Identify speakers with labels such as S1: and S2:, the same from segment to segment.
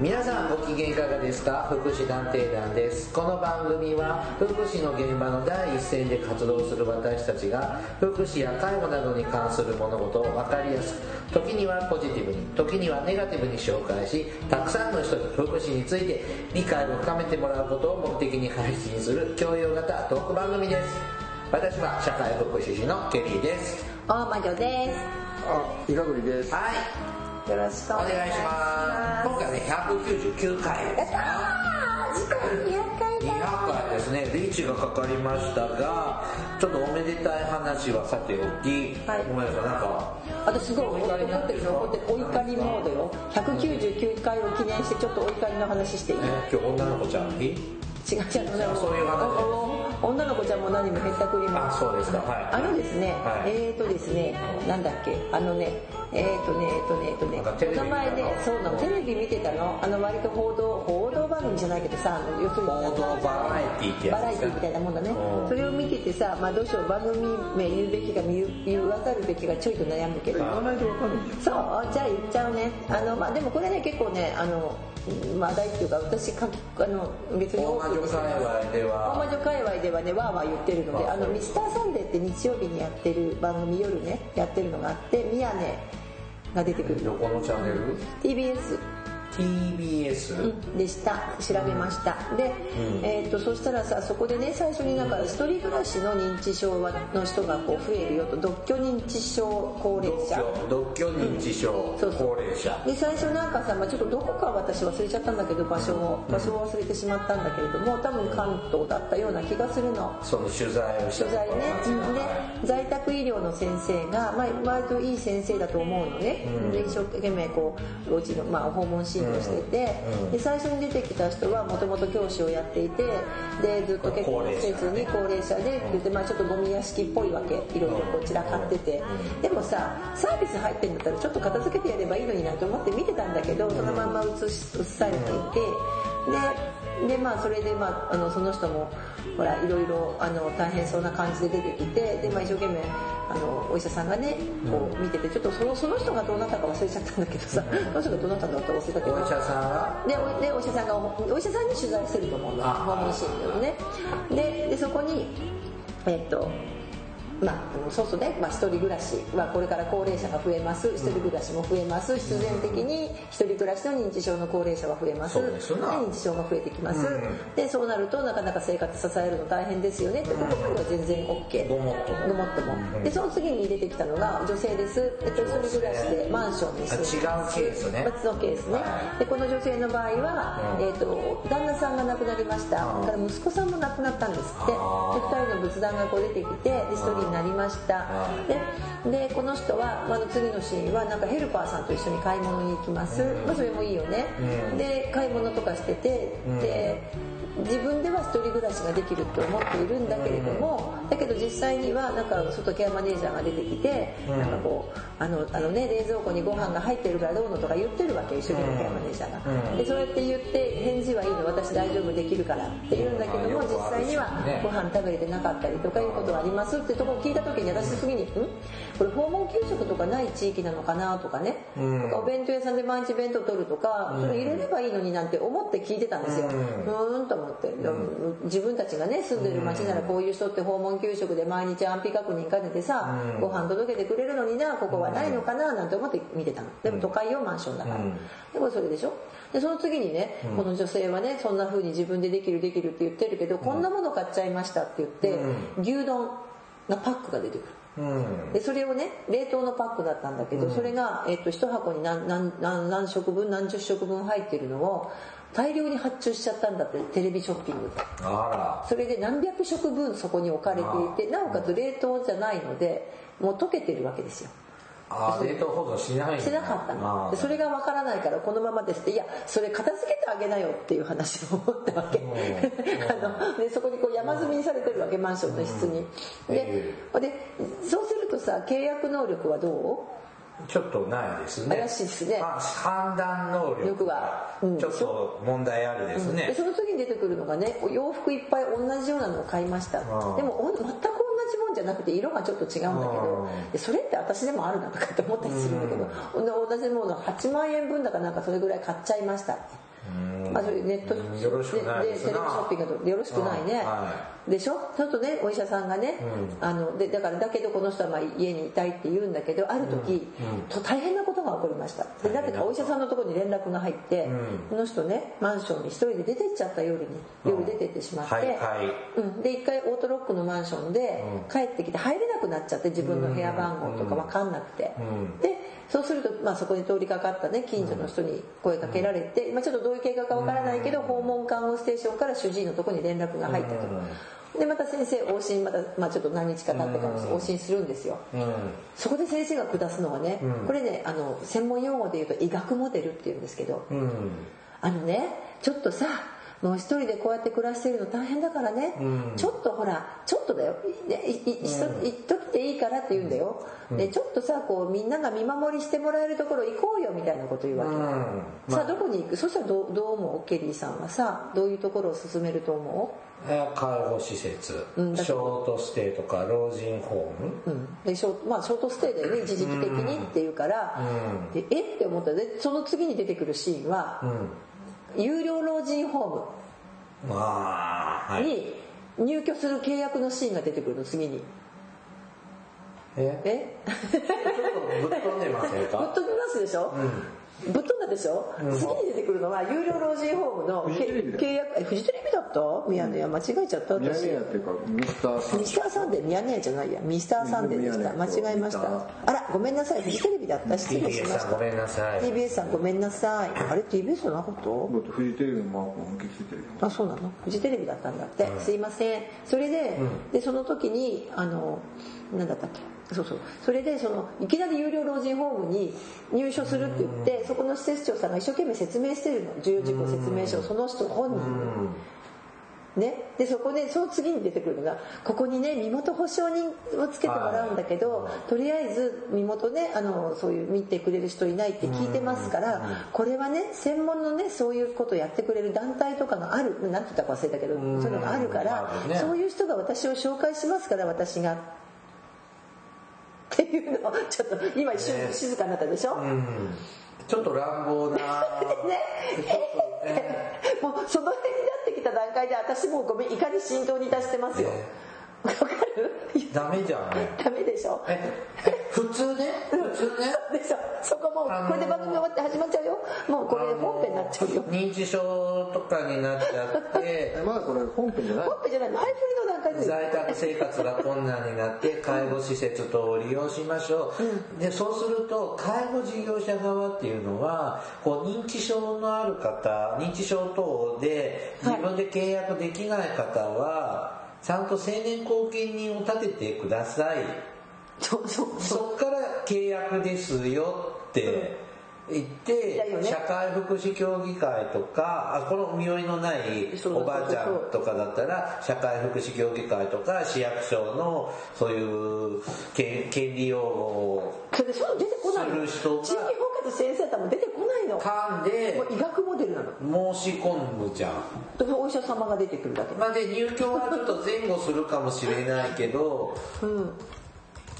S1: 皆さんご機嫌いかがですか福祉探偵団ですこの番組は福祉の現場の第一線で活動する私たちが福祉や介護などに関する物事を分かりやすく時にはポジティブに時にはネガティブに紹介したくさんの人に福祉について理解を深めてもらうことを目的に配信する教養型トーク番組です私は社会福祉士のケリーです
S2: 大魔女です
S3: あ、いかぐりです。
S1: はい
S2: よろしくお
S1: お
S2: 願いし
S1: 願いします今
S2: ます
S1: 回ね199回です
S2: あー次回200回だ
S1: 200回ですねリーチがかかりましたがちょっとおめでたい話はさておき、
S2: はい
S1: ごめんなさいなんか
S2: 私すごい怒ってる怒ってるお怒りモードよ199回を記念してちょっとお怒りの話していい、
S1: ね今日女の子ちゃんに
S2: 違う違う違う
S1: そういう話
S2: おお女の子ちゃんも何もへったくりも
S1: あそうですかはい
S2: あのですね、
S1: はい
S2: えーとですねなんだっけあのねえーとねえーとねえーとね
S1: なんかテレビ
S2: お名前で
S1: 見たの
S2: そうなのテレビ見てたのあの割と報道報道番組じゃないけどさあの要するに
S1: 報道バラエティってや
S2: バラエ
S1: つ
S2: テ
S1: で
S2: ィみたい
S1: す
S2: な
S1: か
S2: もんだね
S1: うん
S2: それを見ててさ、まあ、どうしよう番組名言うべきか言う言う渡るべきかちょいと悩むけど
S3: 言わないとわかんないじゃん。
S2: そうあじゃあ言っちゃうねあの、まあ、でもこれね結構ねあの話題っていうか私かあの別に
S1: 大魔女界隈で
S2: 大魔
S1: は
S2: 女界隈ではねわーわー言ってるので「
S1: あ
S2: あのミスターサンデー」って日曜日にやってる番組夜ねやってるのがあって宮根が出てくる
S1: どこのチャンネル
S2: TBS
S1: TBS、
S2: でした調べましたで、えー、とそしたらさそこでね最初になんか一人暮らしの認知症はの人がこう増えるよと独居認知症高齢
S1: 独
S2: 者
S1: 居独居認知症、
S2: そうそう
S1: 高齢者
S2: で最初なんかさ、まあ、ちょっとどこか私忘れちゃったんだけど場所を場所を忘れてしまったんだけれども多分関東だったような気がするの
S1: その取材をした
S2: 取材ね、で
S1: はい
S2: 在宅医療の先生が、まあ、割といい先生だと思うのね、で一生懸命こうおうちの、まあ、訪問診療してて、で最初に出てきた人はもともと教師をやっていてでずっと結婚せずに高齢者でで、まあ、ちょっとゴミ屋敷っぽいわけいろいろこう散らかってて、でもさサービス入ってんだったらちょっと片付けてやればいいのになと思って見てたんだけどそのまんま移し移されていて。ででまあそれで、まあ、あのその人もほらいろいろあの大変そうな感じで出てきてで、まあ、一生懸命あのお医者さんがねこう見ててちょっとそのその人がどうなったか忘れちゃったんだけどさ、その人がどうなったんだろうと忘れたけど
S1: お医者さんは
S2: でおでお医者さんがお医者さんに取材してると思うの
S1: あ
S2: 訪問診療ねででそこにえっとまあ、あのそうそうね、まあ、一人暮らしはこれから高齢者が増えます一人暮らしも増えます必然的に一人暮らしの認知症の高齢者は増えます
S1: そうですな
S2: 認知症が増えてきます、
S1: うん
S2: でそうなるとなかなか生活支えるの大変ですよねってここまでは全然 OK
S1: ごもっとも
S2: ごもっともでその次に出てきたのが女性です、えっと、一人暮らしでマンションに住んでます
S1: あ違うケースね
S2: 別のケースね、
S1: はい
S2: でこの女性の場合は、
S1: うん
S2: えっと旦那さんが亡くなりました
S1: うん
S2: だから息子さんも亡くなったんですって
S1: あ
S2: で
S1: ー
S2: 2人の仏壇がこう出てきてで1人になりましたででこの人は、まあ、あの次のシーンはなんかヘルパーさんと一緒に買い物に行きます、まあ、それもいいよね、
S1: うん
S2: で買い物とかしてて、で自分では一人暮らしができるって思っているんだけれども、だけど実際にはなんか外ケアマネージャーが出てきて、なんかこうあのあの、ね、冷蔵庫にご飯が入ってるからどうのとか言ってるわけ一生懸命ケアマネージャーが、
S1: うん
S2: でそうやって言って返事はいいの私大丈夫できるからって言うんだけども、
S1: うん
S2: 実際には
S1: ね
S2: ご飯食べれてなかったりとかいうことはありますってとこを聞いた時に私次に「んこれ訪問給食とかない地域なのかな?」とかね、
S1: うん
S2: とかお弁当屋さんで毎日弁当取るとか、それ入れればいいのになんて思って聞いてたんですよ、う
S1: うん
S2: ーんと思って、自分たちがね住んでる町ならこういう人って訪問給食で毎日安否確認兼ねてさ、
S1: うん
S2: ご飯届けてくれるのになここはないのかななんて思って見てたのでも都会用マンションだから、
S1: うん
S2: でこれそれでしょでその次にね、この女性はねそんな風に自分でできるできるって言ってるけど、こんなもの買っちゃいましたって言って、牛丼のパックが出てくる
S1: うん
S2: でそれをね冷凍のパックだったんだけど、それが、えっと一箱に何何何何食分何十食分入ってるのを大量に発注しちゃったんだってテレビショッピングで
S1: あ
S2: それで何百食分そこに置かれていてなおかつ冷凍じゃないのでもう溶けてるわけですよ
S1: らあー冷凍保存しないんだ
S2: してなかったの
S1: あ
S2: で
S1: ー
S2: それがわからないからこのままですっていやそれ片付けてあげなよっていう話を思ったわけ あのでそこにこう山積みにされてるわけマンションの室にで
S1: え
S2: でそうするとさ契約能力はど
S1: ちょっとないです
S2: う
S1: ね
S2: 怪しいですね
S1: まあ、判断能力
S2: 力
S1: が
S2: はうん
S1: ちょっと問題あるですね、
S2: でその時に出てくるのがねお洋服いっぱい同じようなのを買いましたで
S1: ああ
S2: もお全く同じもんじゃなくて色がちょっと違うんだけど
S1: ああ
S2: でそれって私でもあるなとかって思ったりするんだけど同じもの8万円分だかなんかそれぐらい買っちゃいましたってまあ、それネット
S1: うんよろしくない
S2: で
S1: です
S2: テレビシ
S1: な
S2: ョッピングとよろしくないね、
S1: うんは
S2: でしょちょっとねお医者さんがね、あのでだからだけどこの人はまあ家にいたいって言うんだけどある時、と大変なことが起こりましたでなぜかお医者さんのところに連絡が入って、この人ねマンションに一人で出てっちゃった夜に夜出てってしまって、
S1: はいはい
S2: うん、で一回オートロックのマンションで帰ってきて入れなくなっちゃって自分の部屋番号とか分かんなくて、でそうすると、まあ、そこに通りかかった、ね、近所の人に声かけられて、まあ、ちょっとどういう経過か分からないけど、訪問看護ステーションから主治医のところに連絡が入ったと、でまた先生往診また、まあ、ちょっと何日か経ってから往診するんですよ、そこで先生が下すのはね、これねあの専門用語で言うと医学モデルっていうんですけど、あのねちょっとさもう一人でこうやって暮らしてるの大変だからね、ちょっとほらちょっとだよねいいいっそいっときていいからって言うんだよ、でちょっとさこうみんなが見守りしてもらえるところ行こうよみたいなこと言うわけ、さあどこに行くそしたらどうどう思うケリーさんはさどういうところを勧めると思
S1: え介護施設、
S2: うん
S1: ショートステイとか老人ホーム、
S2: う、うんでショーまあ、ショートステイだよね一時期的にっていうから、でえって思ったでその次に出てくるシーンは、有料老人ホーム
S1: まあはい
S2: に入居する契約のシーンが出てくるの次に
S1: え
S2: え
S1: ちょっとぶっ飛んでません
S2: ぶっ
S1: か
S2: 飛びますでしょ、ぶっ飛んだでしょ、次に出てくるのは有料老人ホームの
S3: フジテレ
S2: 契
S3: ビだよ
S2: 契約えフジテレビだったミヤネ屋間違えちゃった
S3: ミヤ
S2: 私
S3: ネ屋っていうかミスターさん
S2: ミスターサンデーミヤネ屋じゃないやミスターサンデーでした
S3: ミヤネ
S2: 間
S3: 屋と
S2: 違えまし
S3: ミス
S2: たあらごめんなさいフジテレビだった失礼し
S1: TBS
S2: まし
S1: さんご
S2: た
S1: めんなさい
S2: TBS さんごめんなさいあれ TBS じゃなかった
S3: 僕とフジテレビのマークも受け付けてるよ
S2: あそうなのフジテレビだったんだって、すいませんそれで,、でその時にあの何だったっけそうそうそれでそのいきなり有料老人ホームに入所するって言って、そこの施設長さんが一生懸命説明してるの重要事項説明書をその人本人に。ね、でそこでその次に出てくるのがここにね身元保証人をつけてもらうんだけど、とりあえず身元ねあのそういう見てくれる人いないって聞いてますから、これはね専門のねそういうことやってくれる団体とかがある何て言ったか忘れたけど、そういうのがあるから
S1: あ、るね
S2: そういう人が私を紹介しますから私が。っていうのをちょっと今一瞬静かになったでしょ、
S1: ちょっと乱暴な
S2: ね、もうその辺になってきた段階で私もうごめん怒り浸透に達してますよ
S1: え
S2: わかる
S1: ダメじゃない
S2: ダメでしょ
S1: ええ普通ね普通ね
S2: でしょそこも
S1: あの
S2: う
S1: ー
S2: これで番組終わって始まっちゃうよもうこれ本編になっちゃうよ
S1: あの認知症とかになっちゃって
S3: えまだこれ本編じゃない
S2: 本編じゃない前振りの段階ですよ
S1: 在宅生活が困難になって介護施設等を利用しましょう、でそうすると介護事業者側っていうのはこう認知症のある方認知症等で
S2: はい
S1: 自分で契約できない方は、ちゃんと青年後見人を立ててください
S2: そうそうそう
S1: そっから契約ですよって言って
S2: だよ、ね
S1: 社会福祉協議会とかあこの身寄りのない
S2: そう
S1: おばあちゃんとかだったら社会福祉協議会とか市役所のそういう権権利用語を
S2: それでそういうの出てこないの
S1: する人が
S2: 地域包括支援センターも出てこないの
S1: 噛んで
S2: もう医学モデルなの
S1: 申し込むじゃん。
S2: でお医者様が出てくるだけ
S1: まあ、で入居はちょっと前後するかもしれないけど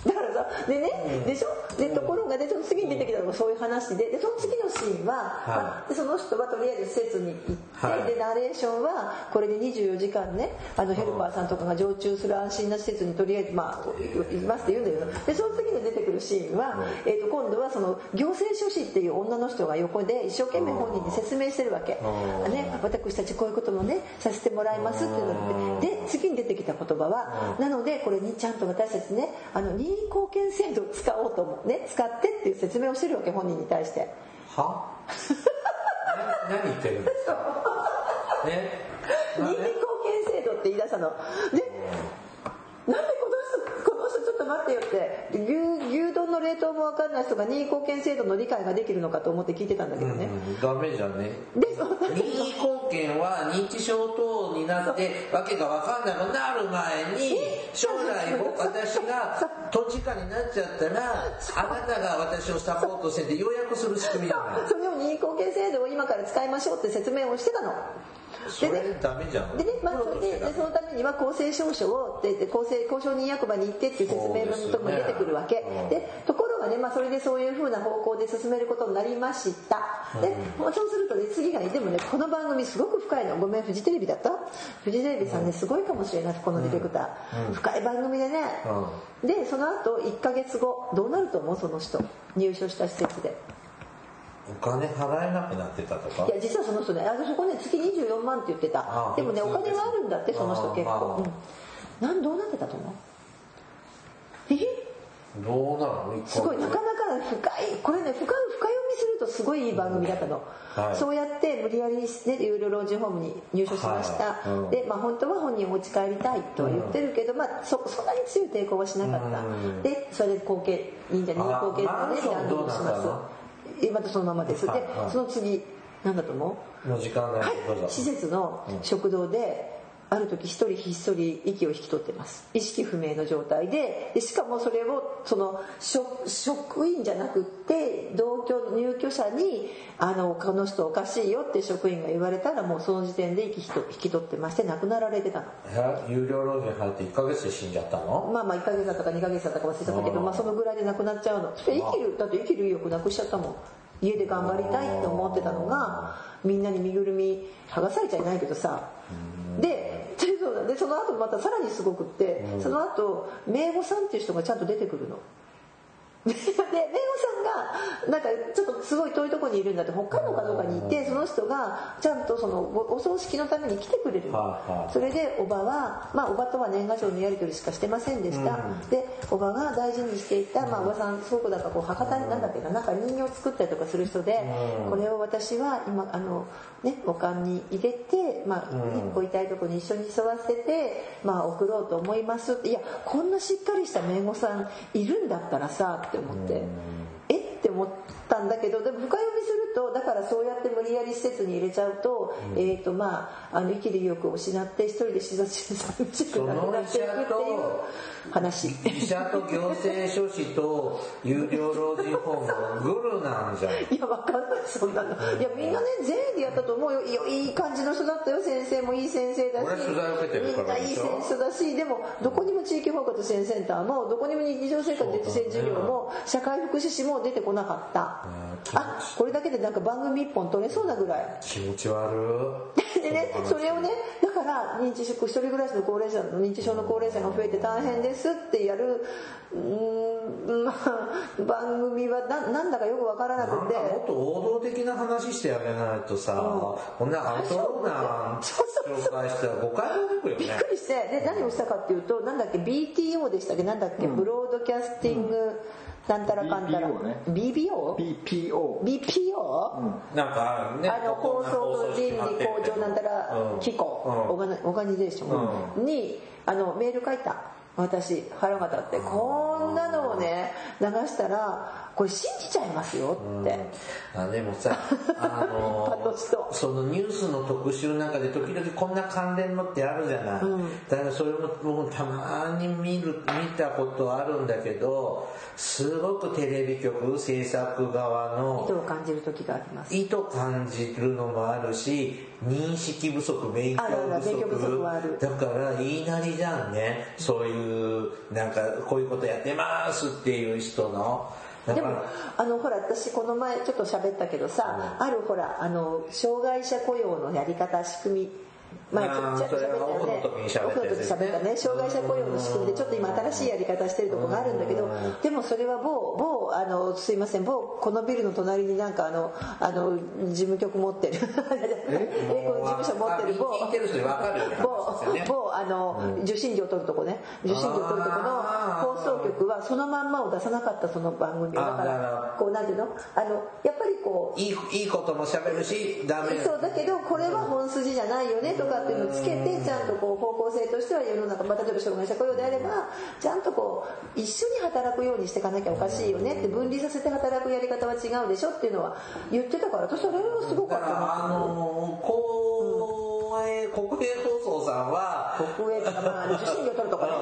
S2: だからさでね、でしょでところがでその次に出てきたのがそういう話ででその次のシーンは、まあでその人はとりあえず施設に行って、
S1: はい
S2: でナレーションはこれで24時間ねあのヘルパーさんとかが常駐する安心な施設にとりあえず、まあ、いいますって言うんだけどでその次に出てくるシーンは、えー、と今度はその行政書士っていう女の人が横で一生懸命本人に説明してるわけ、
S1: うん
S2: ね、私たちこういうこともねさせてもらいますっていうのでで次に出てきた言葉は、なのでこれにちゃんと私たちねあの任意貢献制度を使おうと思うね使ってっていう説明をしてるわけ本人に対して
S1: は な何言ってるんです かね
S2: 任意貢献制度って言い出したのでなんでこの人この人ちょっと待ってよって牛牛丼の冷凍も分かんない人が任意貢献制度の理解ができるのかと思って聞いてたんだけどね、
S1: うんダメじゃんね
S2: でその
S1: 任意貢献は認知症等になってわけが分かんなくなる前に将来僕私が都知下になっちゃったらあなたが私をサポートしてて要約する仕組みじゃ ない
S2: それを任意貢献制度を今から使いましょうって説明をしてたの
S1: そ
S2: でね
S1: れダメじゃん
S2: でね、まあ、
S1: プロと
S2: それでで
S1: して
S2: そのためには公正証書をって言って公正交渉人役場に行ってっていう説明文のところに出てくるわけで,、
S1: そうですねうん
S2: ところはね、まあ、それでそういうふうな方向で進めることになりました、でまあそうするとね次がねでもねこの番組すごく深いのごめんフジテレビだったフジテレビさんねすごいかもしれないこのディレクター、深い番組でね、でその後1ヶ月後どうなると思うその人入所した施設で
S1: お金払えなくなってたとか
S2: いや実はその人ねあそこね月24万って言って
S1: ああ
S2: たでもねお
S1: 普通
S2: 金があるんだってその人結
S1: ああ
S2: 構、うん、なんどうなってたと思うえ
S1: どうなの
S2: すごいなかなかね深いこれね深い深読みするとすごいいい番組だったの、
S1: はい
S2: そうやって無理やりね有料老人ホームに入所しました、
S1: はいうん
S2: で、まあ、本当は本人お家帰りたいとは言ってるけど、まあ、そそんなに強い抵抗はしなかった、
S1: うん
S2: でそれで後継忍者に
S1: あ
S2: 後継
S1: マンションどうなったの
S2: ます今とそのままです、
S1: はい
S2: で
S1: はい
S2: その次なんだと思う
S1: もう時間ない
S2: は
S1: どうぞ
S2: い、施設の食堂で、ある時一人ひっそり息を引き取ってます意識不明の状態ででしかもそれをその職職員じゃなくって同居入居者にあの「この人おかしいよ」って職員が言われたらもうその時点で息ひと引き取ってまして亡くなられてたの
S1: え有料老人入って1ヶ月で死んじゃった の
S2: まあまあ1ヶ月だとか2ヶ月だとか忘れちゃったけど
S1: あー
S2: まあそのぐらいで亡くなっちゃうので生きるだって生きる意欲なくしちゃったもん家で頑張りたいって思ってたのがみんなに身ぐるみ剥がされちゃいないけどさでということなんでその後またさらにすごくってその後名護さんっていう人がちゃんと出てくるの。 で名護さんがなんかちょっとすごい遠いところにいるんだって北海道かどうかにいてその人がちゃんとそのおお葬式のために来てくれるの、
S1: はいはい
S2: それでおばは、まあ、おばとは年賀状のやり取りしかしてませんでした、でおばが大事にしていた、まあ、おばさんすごくなんかこう博多なんだっけななんか人形作ったりとかする人で、これを私は今あの、ね、お棺に入れて、まあご遺体とこに一緒に座わせて、まあ、送ろうと思いますっていやこんなしっかりした名護さんいるんだったらさって思って、えって思ったんだけどでも深読みするとだからそうやって無理やり施設に入れちゃうと,、えーとまあ、あの生きる意欲を失って一人で死座し寂しくなくなっていくっていう話。
S1: 医者と行政書士と有料老人ホームグルなんじゃん
S2: いや、わかんない、そんなの。いや、みんなね、全員でやったと思うよ。いや、いい感じの人だったよ。先生もいい先生だし。
S1: 俺取材受けてるから
S2: みんない
S1: で
S2: い
S1: しょ
S2: 先生だし、でも、どこにも地域包括支援センターも、どこにも日常生活実践事業も、社会福祉士も出てこなかった。あ、これだけでなんか番組一本撮れそうなぐらい。
S1: 気持ち悪
S2: でね、それをね、だから認知症、一人暮らしの高齢者の、認知症の高齢者が増えて大変ですってやる、うーん、まあ、番組はななんだかよくわからな
S1: なん
S2: くて
S1: か。もっと王道的な話してやれないとさ、こんなアウトローな
S2: そうそう
S1: 紹
S2: そ
S1: 介したら誤解が出くよ
S2: びっ
S1: ね
S2: くりしてで何をしたかっていうとなんだっけ BTO でしたっけなんだっけ、ブロードキャスティング、なんたらかんたら
S3: BPO ね
S2: BBO?BPO?
S3: BPO
S1: なんかね
S2: あの放送と倫理向上なんた
S1: う
S2: ら
S1: ん
S2: 機構、オガナオーガニゼーションにあのメール書いた私腹が立ってこんなのをね流したらこれ信じちゃいますよって、
S1: あでも さ、あ
S2: 一般の
S1: の
S2: 人
S1: そのニュースの特集の中で時々こんな関連のってあるじゃない、だからそれも僕たまに見る見たことあるんだけどすごくテレビ局制作側
S2: 意図
S1: の
S2: を感じる時があります
S1: 意図感じるのもあるし認識不足勉強
S2: あるある
S1: 不足
S2: 勉強不足はある
S1: だから言いなりじゃんねそういうなんかこういうことやってますっていう人のだ
S2: で
S1: か
S2: も
S1: ら
S2: あのほら私この前ちょっと喋ったけどさ、あるほらあの障害者雇用のやり方仕組み前ちょ
S1: あー
S2: っと喋ったよね
S1: それはオフの時に喋ったやつですね
S2: オフの時喋ったね障害者雇用の仕組みでちょっと今新しいやり方してるとこがあるんだけどでもそれは某某あのすいません某このビルの隣になんかあのあの事務局持ってるえ この事務所持ってる某
S1: 聞いてる人に分かるよね
S2: 某
S1: 話ですよね
S2: 某あの受信料取るとこね受信料取るとこの
S1: あー
S2: 放送局はそのまんまを出さなかったその番組をだ
S1: あー
S2: か
S1: なるほ
S2: らこうなんていうのあのやっぱりこう
S1: いいいいことも喋るしダメ
S2: そうだけどこれは本筋じゃないよねとかっていうのをつけてちゃんとこう方向性としては世の中、まあ、例えば障害者雇用であればちゃんとこう一緒に働くようにしていかなきゃおかしいよねって分離させて働くやり方は違うでしょっていうのは言ってたから私それはすごか
S1: だ
S2: っ
S1: か
S2: たな
S1: らあの公営国営放送さんは
S2: 国営とか、まああの、受信料取るとかね
S1: うん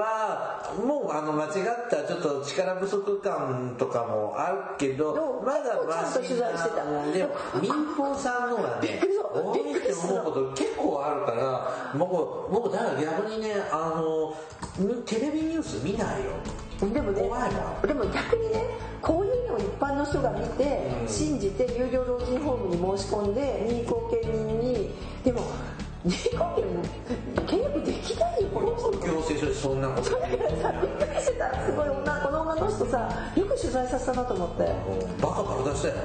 S1: はもうあの間違ったちょっと力不足感とかもあるけ
S2: ど
S1: ど
S2: う
S1: まだ
S2: ちゃんと取材してた
S1: でも民放さんのが
S2: びっ
S1: ね
S2: くりした
S1: 多いって思うこと結構あるから僕僕だから逆にねあのテレビニュース見ないよ
S2: でもね
S1: 怖いな
S2: でも逆にねこういうのを一般の人が見て、信じて有料老人ホームに申し込んで任意後見人にでも任意後見も契約できないよこの人
S1: 行政書でそんなこと
S2: それからさびっくりしてたすごい女この女の人さよく取材させたなと思って。
S1: バカバカ出した よね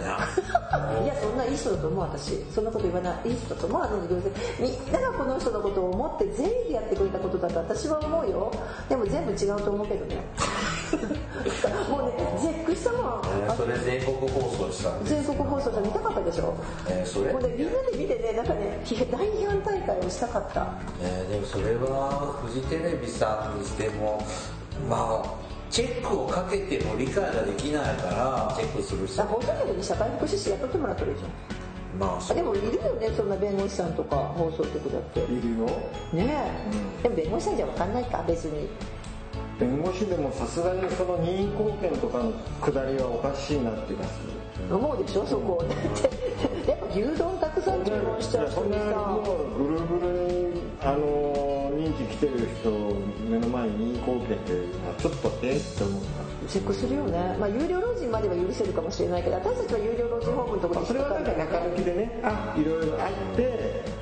S2: いやそんないい人だと思う私そんなこと言わないいい人だと思うあの行政みんながこの人のことを思って善意でやってくれたことだと私は思うよでも全部違うと思うけどね もうね絶句したもん
S1: えーそれ全国放送したんで
S2: 全国放送じゃ見たかったでしょ
S1: えーそれ
S2: もうねみんなで見てねなんかね批大批判大会をしたかった
S1: えーでもそれはフジテレビさんにしてもまあチェックをかけても理解ができないからチェックするし
S2: あ放送局に社会福祉士雇ってもらってるでし
S1: まあそ
S2: ょで
S1: う
S2: もいるよねそんな弁護士さんとか放送局だって
S3: いるよ
S2: ねえ、でも弁護士さんじゃ分かんないか別に
S3: 弁護士でもさすがにその任意貢献とかのくだりはおかしいなっていうか
S2: 思うでしょそこだってやっぱ牛丼たくさん注文しちゃう
S3: そ
S2: 人に
S3: んな
S2: さ
S3: もうぐるぐるにあの任期来てる人を目の前に任意貢献っていうのはちょっとえって思った
S2: チェックするよねまあ有料老人までは許せるかもしれないけど私たちは有料老人ホームのところに
S3: それはなんか
S2: い
S3: 中抜きでねあいろいろあって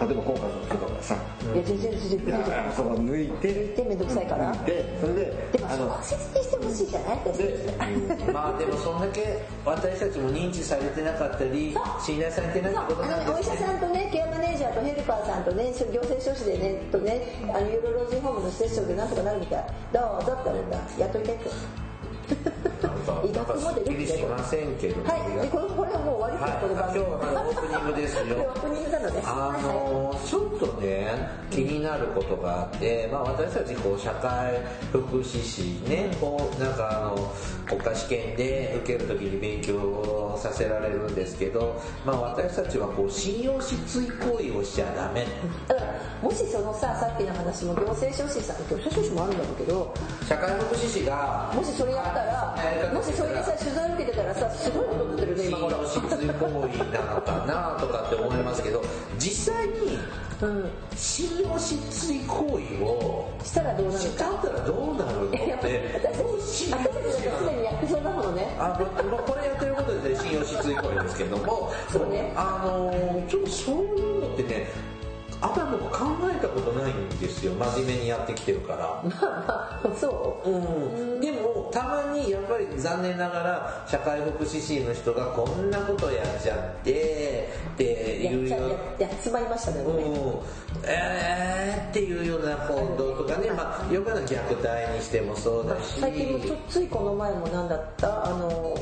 S3: 例えば効果の人とかさ
S2: や全然全然
S3: いやあそこ抜いて
S2: 抜いてめんどくさいから
S3: 抜いてそれで
S2: でも
S3: あ
S2: そこ
S3: の
S2: は説明してほしいじゃない私
S3: で
S1: まあでもそんだけ私たちも認知されてなかったり信頼されてない
S2: そう
S1: っ
S2: あ
S1: てことなん
S2: のお
S1: で
S2: 医
S1: す
S2: 者
S1: ね
S2: さんとねケアマネージャーとヘルパーさんとね行政書士でねとねあの有料老人ホームのセッションでなんとかなるみたいどうぞって思ったやっといてって
S1: なんか
S2: 医学モデル
S1: すっきりしませんけど
S2: はいでこれこれはもう終わり
S1: はい
S2: ですこの番組
S1: 今日はオープニングですよ
S2: これ オープニングなので
S1: あのちょっとね気になることがあって、まあ、私たちこう社会福祉士ねこうなんかあの国家試験で受けるときに勉強をさせられるんですけど、まあ、私たちはこう信用失墜行為をしちゃダメ
S2: だからもしそのささっきの話も行政書士さん行政書士もあるんだろうけど
S1: 社会福祉士が
S2: もしそれやったらもしそれでさ取材受けてたらさすごいことになってるね
S1: 信
S2: 今
S1: 用
S2: 頃
S1: 失墜行為なのかなとかって思いますけど実際に
S2: うん
S1: 信用失墜行為を
S2: したらどうなる
S1: しちゃ
S2: か
S1: ったらどうなるのっ
S2: いや
S1: て
S2: 私
S1: どうし
S2: 私
S1: よう
S2: たちがすでにやってそうなものね
S1: あままこれやってることで信用失墜行為ですけども
S2: そうね
S1: あのーちょっとそういうのってねあたも考えたことないんですよ真面目にやってきてるから。
S2: そう
S1: うん、でもたまにやっぱり残念ながら社会福祉士の人がこんなことやっちゃってって
S2: や
S1: いう
S2: っちゃ
S1: よ
S2: ややっつまりましたねご
S1: う
S2: めん
S1: ん、えーっていうような行動とかね、まあ、よくな虐待にしてもそうだし、
S2: 最近もちょついこの前も何だったあの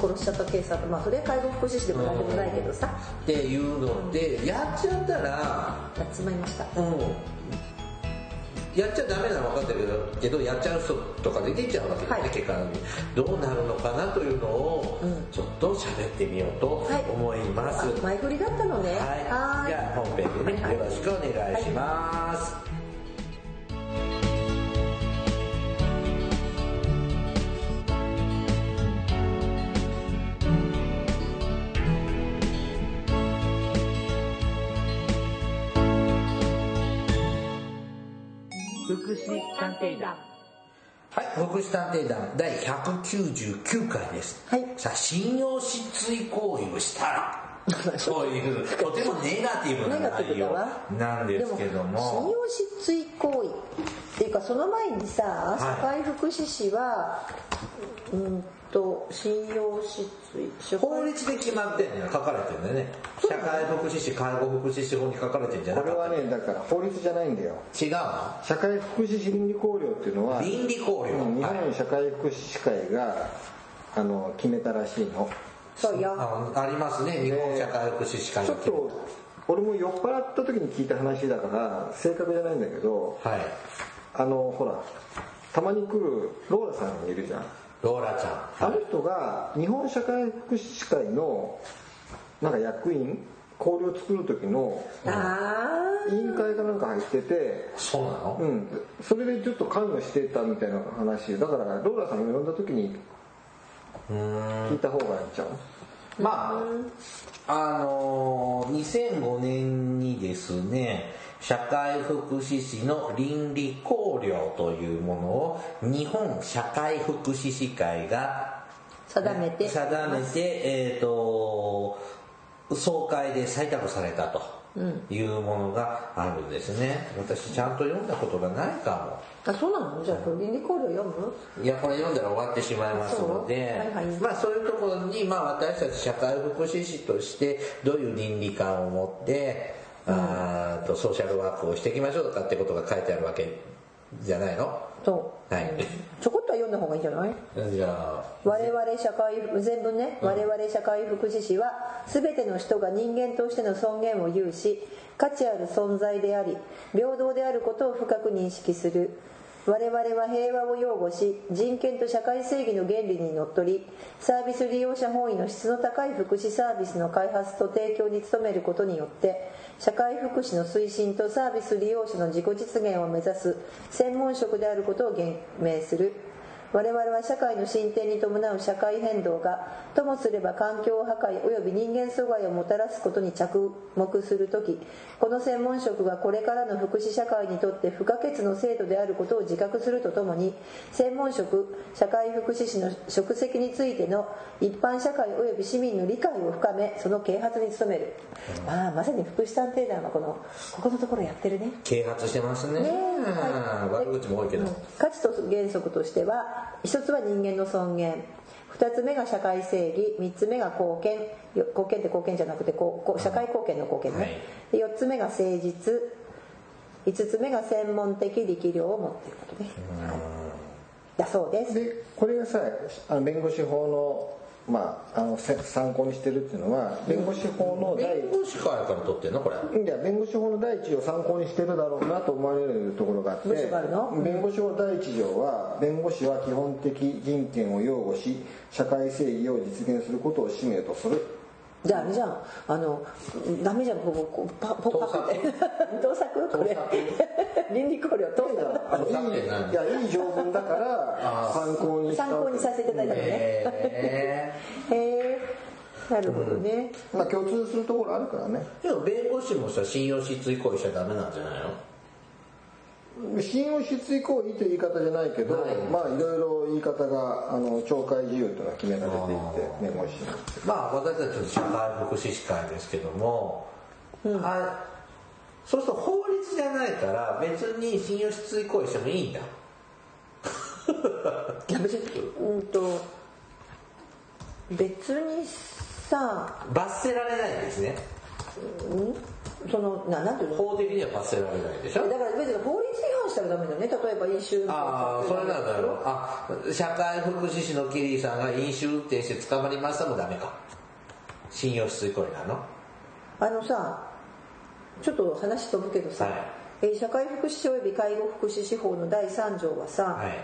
S2: 殺しちゃった警察まあそれは介護福祉士でも何でもないけどさ
S1: っていうのでやっちゃったら、
S2: やっつまりました
S1: うん、やっちゃダメなの分かってるけどやっちゃう人とかで出ちゃうわけだね、
S2: はい
S1: 結果どうなるのかなというのを
S2: うん
S1: ちょっと喋ってみようと思います。
S2: あ前振りだったのね
S1: は、
S2: はいー
S1: じ
S2: い
S1: ゃあ本編でねよろしくお願いします。
S4: 福祉探偵団
S1: はい、福祉探偵団第199回です。
S2: はい
S1: さあ、信用失墜行為をしたら、そういう、とてもネガティブ
S2: ネ
S1: な
S2: ガティ
S1: 内
S2: ブだ
S1: 容
S2: わ
S1: なんですけど
S2: で信
S1: も、
S2: 用失墜行為っていうかその前にさ
S1: い
S2: 社会福祉士は、うんと信用失墜
S1: 法律で決まってんのよ、書かれてるんだよね。社会福祉士、介護福祉士法に書かれてるんじゃな
S3: こ
S1: か
S3: れ
S1: っ
S3: はねだから法律じゃないんだよ
S1: た。違うの
S3: 社会福祉士倫理考慮っていうのはうん
S1: 倫理考
S3: 日
S1: 慮。
S3: 本
S1: はい
S3: の社会福祉士会があの決めたらしいの
S2: そうよ
S1: あありますね、日本社会福祉士会
S3: ち
S1: の
S3: ょっと俺も酔っ払った時に聞いた話だから正確じゃないんだけど
S1: はい。
S3: あのほらたまに来るローラさんいるじゃん
S1: ローラちゃ
S3: あの人が日本社会福祉士会のなんか役員交流を作る時の
S2: ああ
S3: 委員会かなんか入ってて
S1: ん。そうなの、
S3: うんそれでちょっと関与してたみたいな話だからローラさんを呼んだ時に
S1: うーん
S3: 聞いた方がいいんちゃう
S1: まあ、あのー2005年にですね、社会福祉士の倫理考慮というものを日本社会福祉士会が
S2: 定めて
S1: 定めて、えー、と総会で採択されたというものがあるんですね、私ちゃんと読んだことがないか
S2: あそうなのじゃあ倫理考慮読む
S1: もいやこれ読んだら終わってしまいますので
S2: そうはいはい
S1: まあ、そういうところに、まあ、私たち社会福祉士としてどういう倫理観を持って、あーとソーシャルワークをしていきましょうとかってことが書いてあるわけじゃないの
S2: そう、
S1: はい
S2: ちょこっとは読んだ方がいいんじゃない
S1: じゃあ
S2: 我々社会全文ね、我々社会福祉士は全ての人が人間としての尊厳を有し価値ある存在であり平等であることを深く認識する我々は平和を擁護し人権と社会正義の原理にのっとりサービス利用者本位の質の高い福祉サービスの開発と提供に努めることによって社会福祉の推進とサービス利用者の自己実現を目指す専門職であることを言明する我々は社会の進展に伴う社会変動がともすれば環境破壊及び人間阻害をもたらすことに着目する時この専門職がこれからの福祉社会にとって不可欠の制度であることを自覚するとともに専門職社会福祉士の職責についての一般社会及び市民の理解を深めその啓発に努める、ああまさに福祉探偵団はこのここのところやってるね
S1: 啓発してますね
S2: ねはい
S1: 悪口も多いけど、
S2: 価値と原則としては一つは人間の尊厳二つ目が社会正義三つ目が貢献よ貢献って貢献じゃなくてこうこう社会貢献の貢献
S1: はい
S2: ね、で四つ目が誠実五つ目が専門的力量を持っていることね、はいだそうです
S3: でこれがさあの弁護士法の,、まあ、あのせ参考にしてるっていうのは弁護士法の第
S1: 弁護士会から取ってんのこれ
S3: いや弁護士法の第一条を参考にしてるだろうなと思われるところがあって
S2: 文章があるの
S3: 弁護士法第一条は弁護士は基本的人権を擁護し社会正義を実現することを使命とする
S2: じゃああれじゃんあのダメじゃんこここうパポッパクって 盗作これ 倫理考慮盗作
S1: あだってない
S3: いやいい条文だから参考にした
S2: 参考にさせていただいたのね
S1: へ
S2: へえなるほどね、
S3: まあ共通するところあるからね
S1: ーでも弁護士もさ信用失墜行為しちゃダメなんじゃないの
S3: 信用失墜行為という言い方じゃないけど、
S1: はい
S3: まあいろいろ言い方があの懲戒自由というのが決められていて弁護士に
S1: まあ私たちの社会福祉士会ですけども、あそうすると法律じゃないから別に信用失墜行為してもいいんだ
S2: いや別にうんと別にさ
S1: 罰せられないんですね
S2: そのななんていうの
S1: 法的には罰せられないでしょ
S2: だから別に法律違反したらダメだよね例えば飲酒運転
S1: ああそれなんだろうあ社会福祉士のキリーさんが飲酒運転して捕まりましたもダメか信用失墜行為なの
S2: あのさちょっと話飛ぶけどさ、
S1: はい
S2: えー社会福祉士及び介護福祉士法の第3条はさ、
S1: はい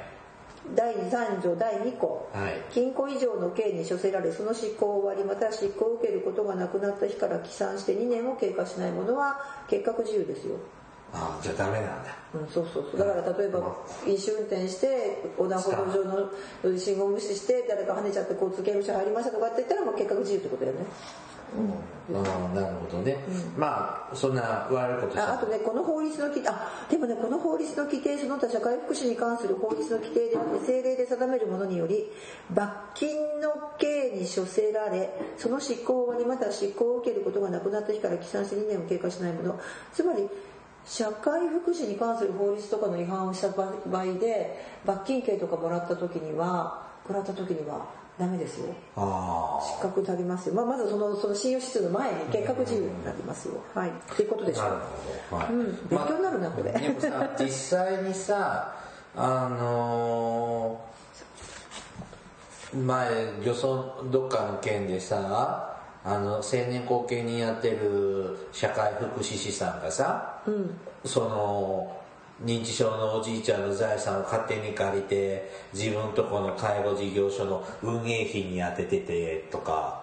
S2: 第3条第2項、
S1: はい
S2: 禁錮以上の刑に処せられその執行を終わりまたは執行を受けることがなくなった日から起算して2年を経過しないものは計画自由ですよ、
S1: ああじゃあダメなんだ
S2: うん、そうそうそうだから例えば飲酒運転して横断歩道上のうん信号無視して誰か跳ねちゃって交通警務署入りましたとかって言ったらもう計画自由ってことだよね
S1: うん、なるほどね、まあそんな悪いことし
S2: ああ
S1: た
S2: とねこの法律の規定あでもねこの法律の規定その他社会福祉に関する法律の規定であって政令で定めるものにより罰金の刑に処せられその執行を終わりまたは執行を受けることがなくなった日から起算して2年を経過しないものつまり社会福祉に関する法律とかの違反をした場合で罰金刑とかもらった時にはもらった時にはダメですよ
S1: あ
S2: 失格になりますよ、まあ、まずそのその信用指数の前に計画自由になりますよはいっていうことでし
S1: あ
S2: ょ
S1: なる
S2: う
S1: ほど、はい
S2: うん勉強になるなこれ
S1: まあでもさ実際にさあのー前女装どっかの県でさあの青年後見にやってる社会福祉士さんがさ、その認知症のおじいちゃんの財産を勝手に借りて自分とこの介護事業所の運営費に充てててとか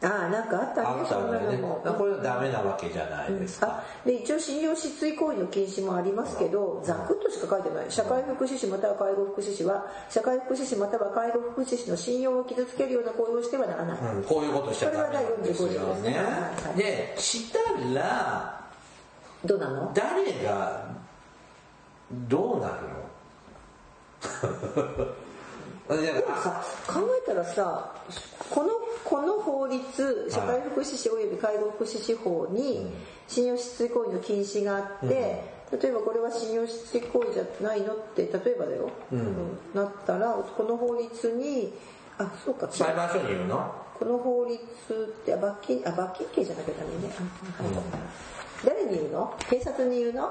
S2: ああなんかあった
S1: あ
S2: ね
S1: った
S2: そん
S1: んだよ
S2: なの
S1: ね
S2: も。
S1: これはダメなわけじゃないです
S2: あ
S1: か。
S2: で一応信用失墜行為の禁止もありますけどざくっとしか書いてない社会福祉士または介護福祉士は社会福祉士または介護福祉士の信用を傷つけるような行為をしてはならない、
S1: うん、こういうことしちゃダメなんですよ
S2: これは第45条ですね
S1: ね。で、したら、
S2: どうなの
S1: 誰がどうなるのいや
S2: でもさ考えたらさこのこの法律社会福祉士および介護福祉士法に信用失墜行為の禁止があって、例えばこれは信用失墜行為じゃないのって例えばだよ、うんなったらこの法律にあそうか
S1: 裁判所に言うの
S2: この法律ってあ罰金あ罰金刑じゃなきゃダメね、あはい誰に言うの警察に言うの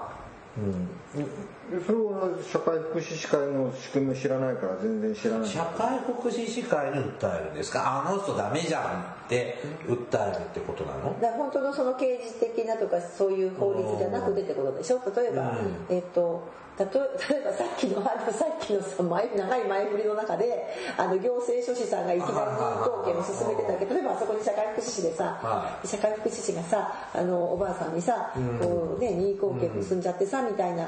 S3: それは社会福祉士会の仕組み知らないから全然知らない
S1: 社会福祉士会に訴えるんですかあの人ダメじゃんって訴えるってことなの
S2: だから本当のその刑事的なとかそういう法律じゃなくてってことでしょ例えば、えっ、と 例え例えばさっきのあのさっきのその前長い前振りの中であの行政書士さんがいきなり認可権を進めてたけど例えばあそこに社会福祉士でさ、
S1: は
S2: 社会福祉士がさあのおばあさんにさ、こうね任意貢献結んじゃってさ、みたいな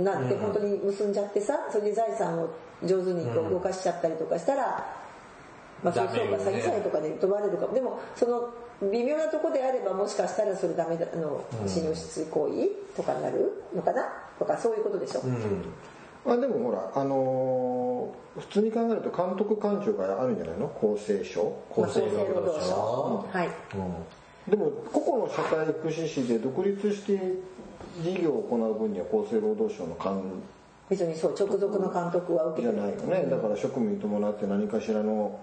S2: なんて本当に結んじゃってさそれで財産を上手にこう動かしちゃったりとかしたら、まあ、そう
S1: ダメ
S2: そう
S1: よ
S2: か
S1: ね
S2: 詐欺罪とかで問われるかもでもその微妙なとこであればもしかしたらそれダメだあの信用失墜行為とかになるのかなとかそういうことでしょ、
S3: あでもほらあのー普通に考えると監督官庁があるんじゃないの厚生省
S2: まあ厚生労働省
S1: う
S2: はい
S3: でも個々の社会福祉士で独立して事業を行う分には厚生労働省の管
S2: 別にそう直属の監督は受
S3: じ
S2: け
S3: ゃ
S2: て
S3: ないよねだから職務に伴って何かしらの,、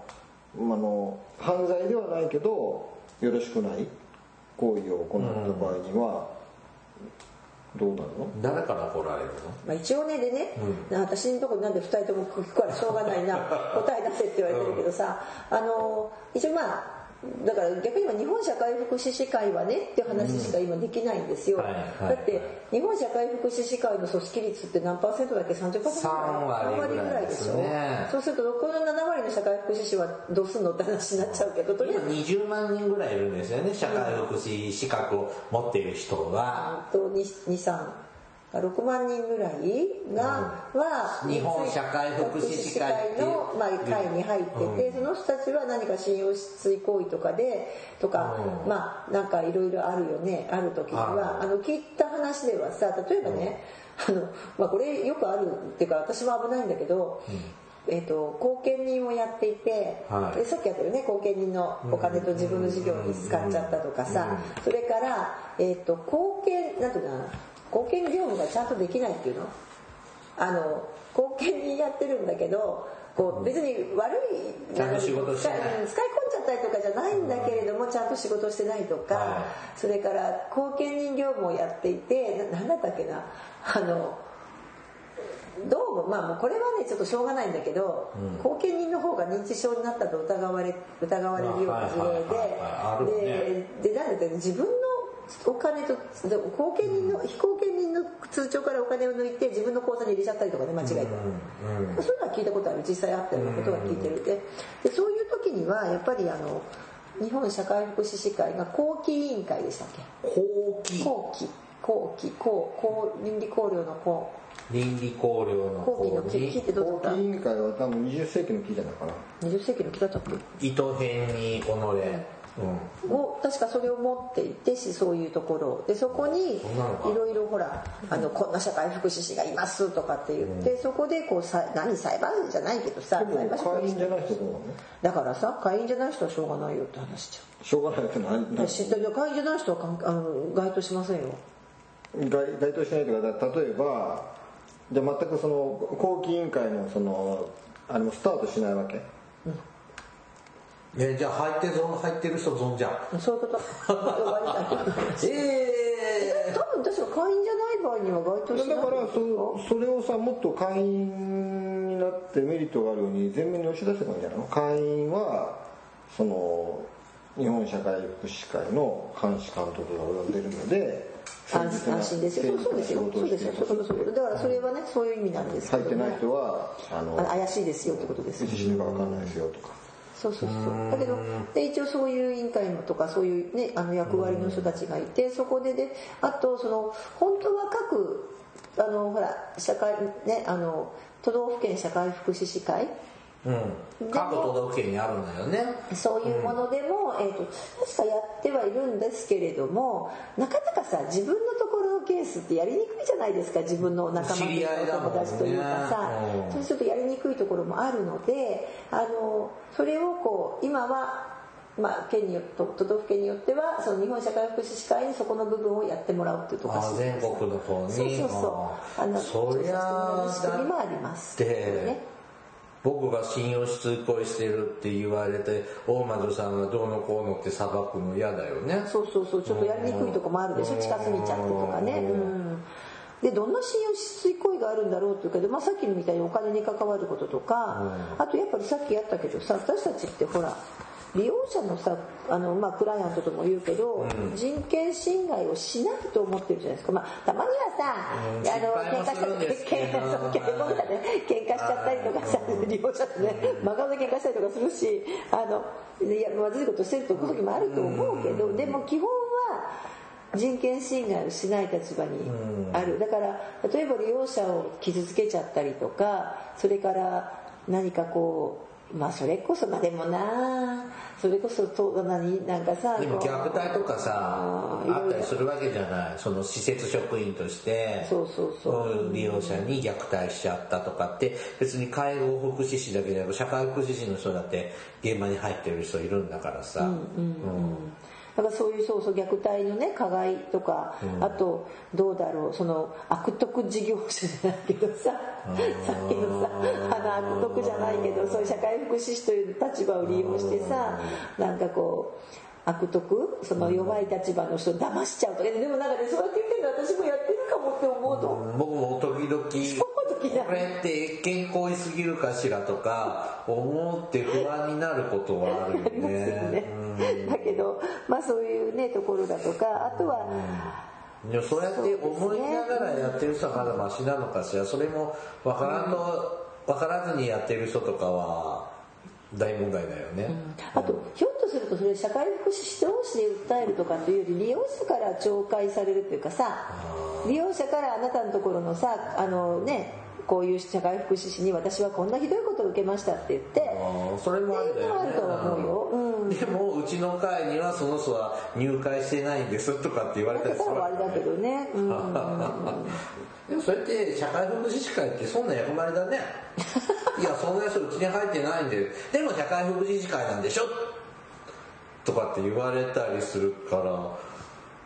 S3: まあ、あの犯罪ではないけどよろしくない行為を行った場合にはどうなるの、
S1: 誰から怒られるの
S2: まあ、一応ねでね、私のとこなんで2人とも聞くからしょうが ないな答え出せって言われてるけどさ、あの一応まあだから逆に今日本社会福祉士会はねっていう話しか今できないんですよ、
S1: はいはいはい
S2: だって日本社会福祉士会の組織率って何パーセントだっけ30%
S1: 三割ぐらいですね
S2: 三割ぐらいでしょそうするとこの7割の社会福祉士はどうすんのって話になっちゃうけどとりあえ
S1: 今
S2: ず
S1: 20万人ぐらいいるんですよね社会福祉資格を持っている人が
S2: あと23,6万人ぐらいが、は
S1: 日本社会福祉士会っていう
S2: の、まあ、会に入ってて、その人たちは何か信用失墜行為とかでとか、まあなんかいろいろあるよねある時には
S1: あ
S2: あの聞いた話ではさ例えばね、あのまあ、これよくあるっていうか私は危ないんだけど。えー、と後見人をやっていて、
S1: はい
S2: でさっきやったよね後見人のお金と自分の事業に使っちゃったとかさ、それから、えー、と貢献なんていうのかな貢献業務がちゃんとできないっていうのあの貢献にやってるんだけどこう別に悪い
S1: ちゃんと仕事してない
S2: 使い使い込んじゃったりとかじゃないんだけれどもちゃんと仕事してないとか、
S1: は
S2: それから後見人業務をやっていてななんだったっけなあのどうもまあもうこれはねちょっとしょうがないんだけど、後見人の方が認知症になったと疑われ疑われるような事
S1: あはいはいはいはいあるね
S2: 例でででなんだって自分のお金とで後見人の非後見人の通帳からお金を抜いて自分の口座に入れちゃったりとかね間違えて、そういうのは聞いたことある実際あったようなことは聞いてるででそういう時にはやっぱりあの日本社会福祉士会が後期委員会でしたっけ
S1: 後期
S2: 後期後期後後倫理考慮の後
S1: 倫理考慮の
S2: 後期の
S1: 後
S2: 木木っ
S1: に
S2: てどうだっ
S3: 委員会は多分20世紀の木じゃないかな
S2: た20世紀の木だったっけ
S1: 糸編に己うん
S2: を確かそれを持っていてしそういうところでそこにい
S1: そんなのか
S2: ろいろほらあのこんな社会福祉士がいますとかって言ってそこでこうさ何裁判員じゃないけどさ
S3: で
S2: 裁
S3: も
S2: 判所
S3: 会員じゃない人どうなの
S2: だからさ会員じゃない人はしょうがないよって話じ
S3: しょうがないって何
S2: ゃん
S3: 何
S2: 知ってる会員じゃない人は関あの該当しませんよ
S3: 該該当しないというかだ例えばじゃあ全くその後期委員会のそのあれもスタートしないわけ
S1: えじゃあ入ってるぞ入ってる人存じゃん
S2: そういうこと終わりだ
S1: ええ
S2: 多分確か会員じゃない場合には該当しない
S3: だからそそれをさもっと会員になってメリットがあるように全面に押し出せばいいんじゃないの会員はその日本社会福祉会の監視監督が及んでるので
S2: 安心安心ですよそうそうですよそうですよそうそう
S3: す
S2: そうだからそれはねそういう意味なんですけ
S3: 入っ
S2: ど
S3: て
S2: も
S3: ない人はあの
S2: あ怪しいですよってことですよ
S3: いつ死ぬか分かんないですよとか
S2: そうそうそうだけどで一応そういう委員会とかそういう、ね、あの役割の人たちがいてそこでであとその本当は各あのほら社会、ね、あの都道府県社会福祉士会
S1: うん各都道府県にあるんだよね
S2: そういうものでも、えー、と確かやってはいるんですけれどもなかなかさ自分のとこのケースってやりにくいじゃないですか自分の仲間という
S1: 知
S2: か
S1: り合いだもんね
S2: お友達というかさ、
S1: うん
S2: それちょっとやりにくいところもあるのであのそれをこう今は、まあ、県によ都都道府県によってはその日本社会福祉士会にそこの部分をやってもらうっていうところ
S1: あ全国の方に
S2: そうそうそうあの
S1: そりゃあ
S2: 調査してもらう仕組みもあります
S1: だっ
S2: けど
S1: て僕が信用しつこいしてるって言われて大魔女さんがどうのこうのって裁くの嫌だよね
S2: そうそうそうちょっとやりにくいとこもあるでしょ
S1: うん
S2: 近すぎちゃってとかね
S1: う
S2: うんんでどんな信用失墜行為があるんだろうっていうけど、まあ、さっきのみたいにお金に関わることとか、あとやっぱりさっきやったけどさ私たちってほら利用者のさあの、まあ、クライアントとも言うけど、人権侵害をしないと思ってるじゃないですか、まあ、たまに
S1: うん
S2: は
S1: 失敗も
S2: さ、あの喧嘩しち
S1: するんですけ
S2: ゃ
S1: ど
S2: って喧嘩そう喧嘩僕 らね喧嘩しちゃったりとかさ利用者とね真顔で喧嘩したりとかするしあのいやまずいことしてると思う時もあると思うけどでも基本は人権侵害をしない立場にあるだから例えば利用者を傷つけちゃったりとかそれから何かこうまあそれこそまあでもなそれこそと何なんかさ
S1: でも
S2: こう
S1: 虐待とかさ
S2: あー
S1: あったりするわけじゃないその施設職員として
S2: そうそうそう
S1: うん利用者に虐待しちゃったとかって別に介護福祉士だけじゃなく社会福祉士の人だって現場に入ってる人いるんだからさ、うん
S2: だからそういうそうそう虐待のね加害とか、あとどうだろうその悪徳事業者じゃないけどささっきのさあの悪徳じゃないけどそういう社会福祉士という立場を利用してさなんかこう。悪徳その弱い立場の人を騙しちゃうとかでもなんかねそうやって言ってるの私もやってるかもって思うと
S1: 僕も時々
S2: う時々
S1: これって健康いすぎるかしらとか思って不安になることはあ るよ
S2: ありますよね
S1: ね。
S2: だけどまあそういうねところだとかあとは、
S1: うんでもそうやって思いながらやってる人はまだマシなのかしらそれも分からんと分からずにやってる人とかは大問題だよね、
S2: あとひょっとするとそれ社会福祉士同士で訴えるとかっていうより利用者から懲戒されるっていうかさ利用者からあなたのところのさあのねこういう社会福祉士に私はこんなひどいことを受けましたって言って
S1: あーそれもあるんだよね
S2: っていうのはあると思うようん
S1: でもうちの会にはその人は入会してないんですとかって言われた
S2: だけ
S1: りす
S2: ど
S1: る
S2: はあれだけどね、うん、
S1: でもそれって社会福祉士会ってそんな役割 だねいやそんな人うちに入ってないんででも社会福祉士会なんでしょとかって言われたりするから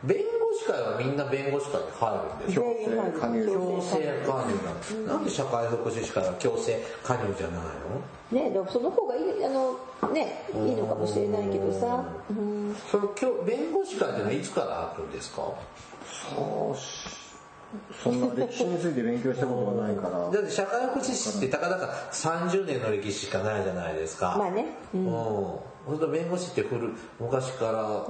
S1: 弁護士会はみんな弁護士会に入るんでしょ
S3: 強制加入
S1: 強制加入なんです、なんで社会福祉士会は強制加入じゃないの
S2: ねでもその方がいいあのねいいのかもしれないけどさ、うん、
S1: そのきょ弁護士会ってのはいつからあるんですか
S3: そうしそんな歴史について勉強したことがないから
S1: だって社会福祉士ってたかだか30年の歴史しかないじゃないですか
S2: まあね
S1: うんそれと弁護士って古昔から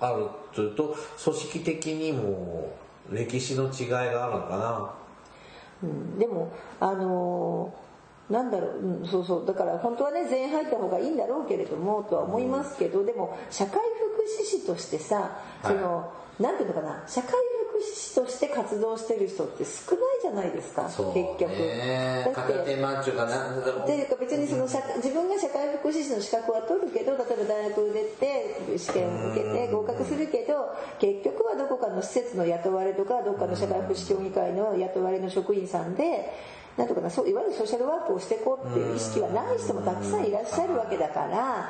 S1: あるというと組織的にも歴史の違いがあるのか
S2: うんでもあのーなんだろう、うん、そうそうだから本当はね全員入った方がいいんだろうけれどもとは思いますけど、でも社会福祉士としてさその、なんていうのかな社会福祉士として活動してる人って少ないじゃないですか
S1: なそう
S2: 結局。
S1: ね
S2: だっ
S1: 片手
S2: て
S1: マッチョがなんだろ
S2: というか別にその社会自分が社会福祉士の資格は取るけど例えば大学を出て試験を受けて合格するけど結局はどこかの施設の雇われとかどっかの社会福祉協議会の雇われの職員さんで。なんとかなそういわゆるソーシャルワークをしていこうっていう意識はない人もたくさんいらっしゃるわけだから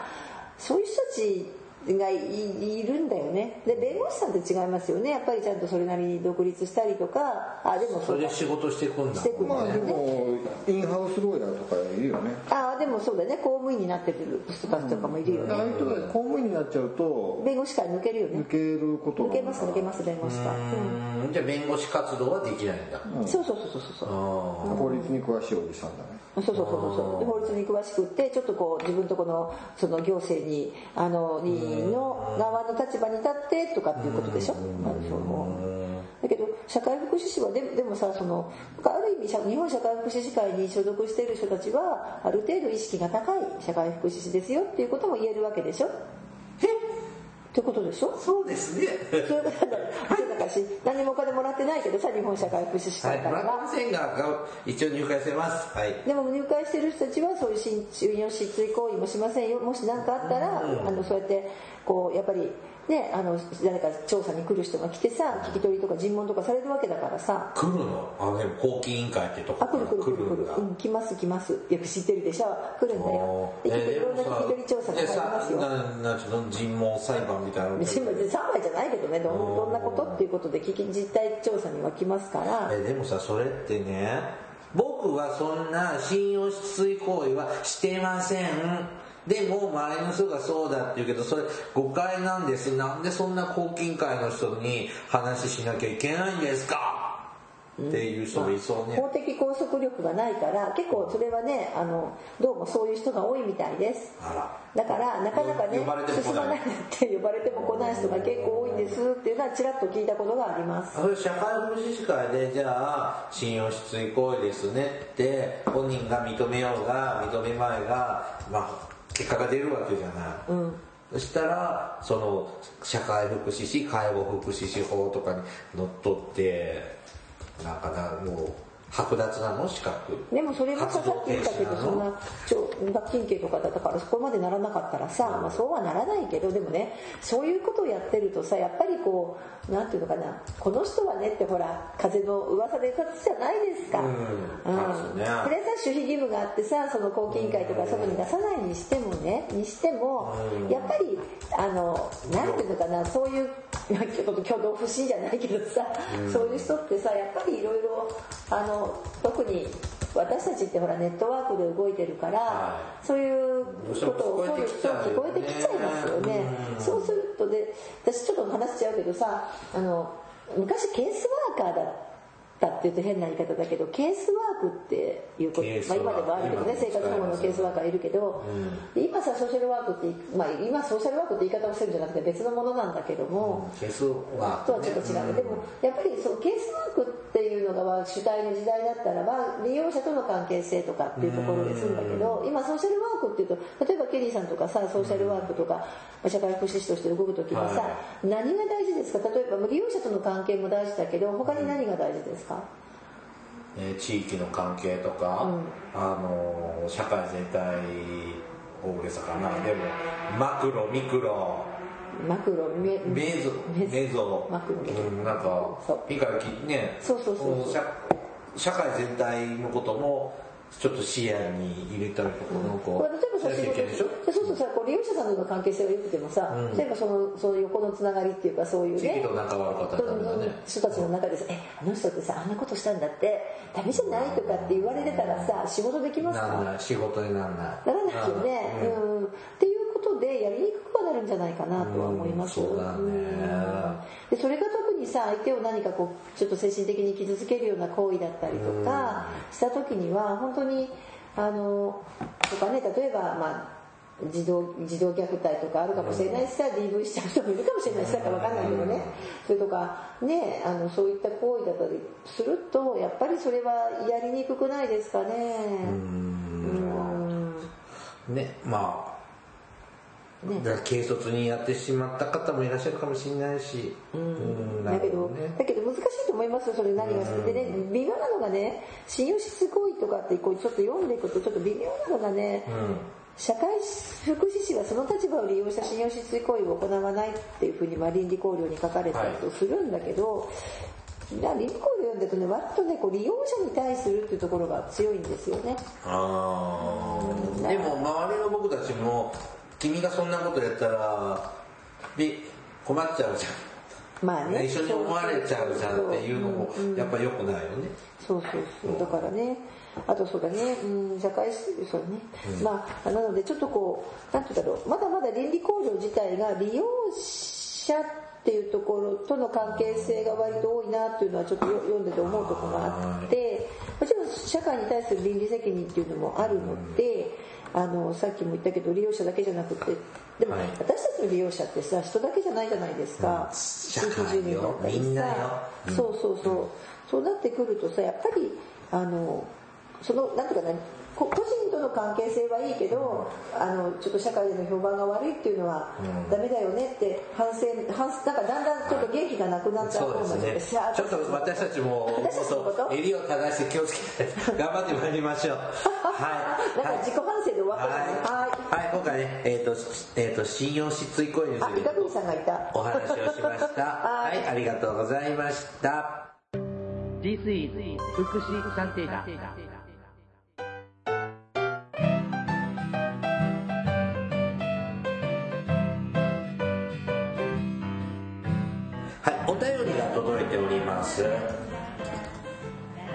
S2: そういう人たちがいいるんだよねで弁護士さんって違いますよねやっぱりちゃんとそれなりに独立したりとかあでも
S1: そ
S2: そう
S1: れ
S2: だ
S1: で仕事していくんだ
S2: していく
S1: もん
S3: まあ
S1: ね
S3: でもインハウスローヤーとかいるよね
S2: ああでもそうだよね公務員になってる人たちとかもいるよ
S3: ああ
S2: ね、
S3: いう人が公務員になっちゃうと
S2: 弁護士会抜けるよね
S3: 抜けることが
S2: 抜けます抜けます弁護士会、うん
S1: うんじゃあ弁護士活動はできないんだ
S2: そうそうそうそうそう
S1: あー
S3: 法律に詳しいおじさんだね
S2: そうそうそうそうそうで法律に詳しくってちょっとこう自分とこのその行政にあのにの側の立場に立ってとかっていうことでしょなるほどだけど社会福祉士はででもさそのある意味社日本社会福祉士会に所属している人たちはある程度意識が高い社会福祉士ですよっていうことも言えるわけでしょってことでしょ
S1: そうですね
S2: そういうことだ。そうだからし、何もお金もらってないけどさ、日本社会福祉士
S1: は
S2: 会
S1: い
S2: か
S1: もら
S2: ら
S1: っ
S2: は
S1: てませんがが一応入会してますはい
S2: でも入会してる人たちはそういう信用失墜行為もしませんよもし何かあったら、あのそうやってこうやっぱりね、あの誰か調査に来る人が来てさ聞き取りとか尋問とかされるわけだからさ
S1: 来るのあのでも後期委員会ってとこ
S2: あ来る来る来る来
S1: ん
S2: る
S1: だ、
S2: うん、来ます来ますよく知ってるでしょ来るんだよ
S1: え
S2: で結構いろんな
S1: でも
S2: 聞き取り調査が
S1: え
S2: 入りますよ
S1: さななんちゅうの尋問裁判みたいな の
S2: 別に3枚じゃないけどねどんどんなことっていうことで聞き実態調査には来ますから
S1: えでもさそれってね僕はそんな信用失墜行為はしてませんでも周りの人がそうだって言うけどそれ誤解なんですなんでそんな公金会の人に話しなきゃいけないんですかっていう人もいそうね
S2: 法的拘束力がないから結構それはねあのどうもそういう人が多いみたいです
S1: あら
S2: だからなかなかね
S1: 呼ばれても来ない
S2: 進まないって呼ばれても来ない人が結構多いんですっていうのはちらっと聞いたことがあります
S1: それ社会福祉士会でじゃあ信用失墜行為ですねって本人が認めようが認めまいが、まあ、結果が出るわけじゃない、
S2: うん
S1: そしたらその社会福祉士介護福祉士法とかにのっとってなんかなもう剥奪なの資格
S2: でもそれがさ
S1: 活
S2: さ
S1: 動
S2: っき言ったけ
S1: 停止
S2: ど
S1: な
S2: そん
S1: の
S2: な超罰金刑とかだったからそこまでならなかったらさ、まあ、そうはならないけどでもねそういうことをやってるとさやっぱりこうなんていうのかなこの人はねってほら風の噂で立つじゃないですか、
S1: うん立つね
S2: これさ守秘義務があってさその公金委員会とか外に出さないにしてもねにしても
S1: うん
S2: やっぱりあのなんていうのかなそういうなんかちょっと挙動不審じゃないけどさ、そういう人ってさやっぱりいろいろあの特に私たちってほらネットワークで動いてるから、
S1: は
S2: そういう
S1: どうして
S2: こ
S1: も
S2: とを
S1: 聞こえてきちゃうよね
S2: 聞こえてきちゃいますよね、
S1: うん
S2: そうするとで私ちょっと話しちゃうけどさあの昔ケースワーカーだったっていうと変な言い方だけどケースワークっていうこと
S1: ケースワ
S2: まあ、
S1: ーク
S2: 今でもあるけどね生
S1: 今でも使えます
S2: 活保護のケースワーカーいるけど、
S1: う
S2: で今さソーシャルワークってい、まあ、今ソーシャルワークって言い方をしてるんじゃなくて別のものなんだけども、
S1: ケースは
S2: とはちょっと違う、でもやっぱりそのケースワークっていうのが主体の時代だったらば利用者との関係性とかっていうところでするんだけど今ソーシャルワークっていうと例えばケリーさんとかさソーシャルワークとか社会福祉士として動く時にさ、
S1: は
S2: 何が大事ですか例えば利用者との関係も大事だけど他に何が大事ですか、
S1: えー地域の関係とか、あのー社会全体大げさかなでもマクロミクロ
S2: マクロメ
S1: メゾ
S2: メゾ
S1: メゾ
S2: マクロミクロ
S1: うん、なんか
S2: そう
S1: ピカキね
S2: そうそうそうそうん
S1: 社社会全体のこともちょっと視野に入れたりとかなんか
S2: これ例えばさ
S1: しなきゃいけないでしょ
S2: そうそうさこう利用者さんとの関係性が良くてもさ、
S1: うん
S2: 例えばそのその横のつながりっていうかそういうね
S1: 地域と仲悪かったらダメだね
S2: 人たちの中でさ「えあの人ってさあんなことしたんだってダメじゃない?」とかって言われてたらさ仕事できますか
S1: なん
S2: な
S1: ない仕事になんない
S2: らないよね
S1: うん
S2: うん、っていうことでやりにくくはなるんじゃないかなとは思います
S1: うんそうだね
S2: うんでそれが特にさ相手を何かこうちょっと精神的に傷つけるような行為だったりとかした時には本当にあのとかね例えばまあ児童児童虐待とかあるかもしれないしさ、DV しちゃう人もいるかもしれないしさか分かんないけどね、それとかねあのそういった行為だったりするとやっぱりそれはやりにくくないですかねうん
S1: ねまあ、
S2: ね
S1: だから軽率にやってしまった方もいらっしゃるかもしれないし、うん
S2: だけど、
S1: ね
S2: だけど難しいと思いますよそれ何が好きでね微妙なのがね信用失語彙とかってこうちょっと読んでいくとちょっと微妙なのがね、
S1: うん
S2: 社会福祉士はその立場を利用した信用失墜行為を行わないっていうふうにまあ倫理考慮に書かれたりとするんだけど、な倫理考慮読んでるとね割とねこう利用者に対するっていうところが強いんですよね。
S1: あーでも周りの僕たちも君がそんなことやったらで困っちゃうじ
S2: ま
S1: ゃ
S2: あ
S1: ん、ね、
S2: ね、
S1: 一緒に思われちゃうじゃんっていうのもやっぱ良くないよね
S2: そうそうそうだからねあとそうだね、うん、社会そうだね、まあなのでちょっとこうなんて言うんだろうまだまだ倫理向上自体が利用者っていうところとの関係性が割と多いなっていうのはちょっとよ読んでて思うところがあってもちろん社会に対する倫理責任っていうのもあるので、あのさっきも言ったけど利用者だけじゃなくてでも
S1: はい
S2: 私たちの利用者ってさ人だけじゃないじゃないですか、
S1: うん
S2: 地域住民だったり
S1: 社会よみんなよ
S2: さそうそうそうそうなってくるとさやっぱりあのそのなんていうかねこ個人との関係性はいいけどあのちょっと社会での評判が悪いっていうのはダメだよねって反省反省なんかだんだんちょっと元気がなくなった
S1: そうで
S2: シ
S1: す
S2: ャ
S1: ねち
S2: ーッ。
S1: ょっと私たちも、
S2: 私たちのこと
S1: そう襟を正して気をつけて、頑張ってまいりまし ょう。はい。
S2: なんか自己反省で終わった
S1: はい
S2: ねはい
S1: はい、今回ね、えっ、と、しえっ、と、信用失墜行為に
S2: あ
S1: つい
S2: 板
S1: て
S2: 栗さんがいた
S1: お話をしました。は
S2: はい
S1: い、ありがとうございました。
S4: This is 福祉探偵団
S1: はい、お便りが届いております。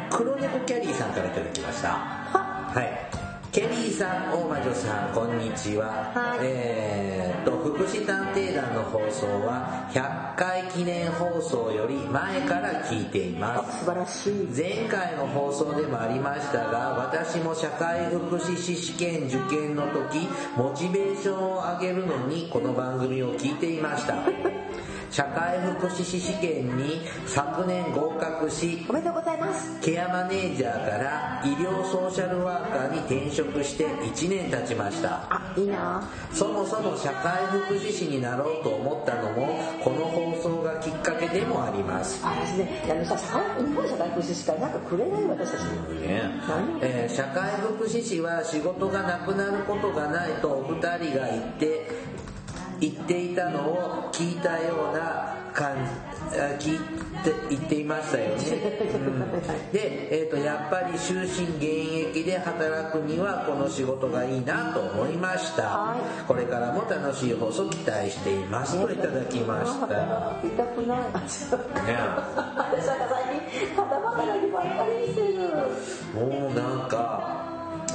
S1: 黒猫キャリーさんからいただきました。はい。キャリーさん、大魔女さん、こんにちは。
S2: はい
S1: えーっと、福祉探偵団の放送は、100回記念放送より前から聞いています。
S2: 素晴らしい
S1: 前回の放送でもありましたが私も社会福祉士試験受験の時モチベーションを上げるのにこの番組を聞いていました社会福祉士試験に昨年合格し
S2: おめでとうございます
S1: ケアマネージャーから医療ソーシャルワーカーに転職して1年経ちました
S2: あいいな
S1: そもそも社会福祉士になろうと思ったのもこの放送がきっかけでもあります
S2: あ私ねあのささ日本社会福祉士会なんかくれない私たちに何
S1: えー社会福祉士は仕事がなくなることがないとお二人が言って言っていたのを聞いたような感じあ聞いて言っていましたよねで、えー、とやっぱり終身現役で働くにはこの仕事がいいなと思いました、
S2: は
S1: これからも楽しい放送期待していますといただきました、
S2: あ痛くないあちょっと
S1: ね
S2: 私なんか最近肩働きばっかりしてる
S1: もうなんか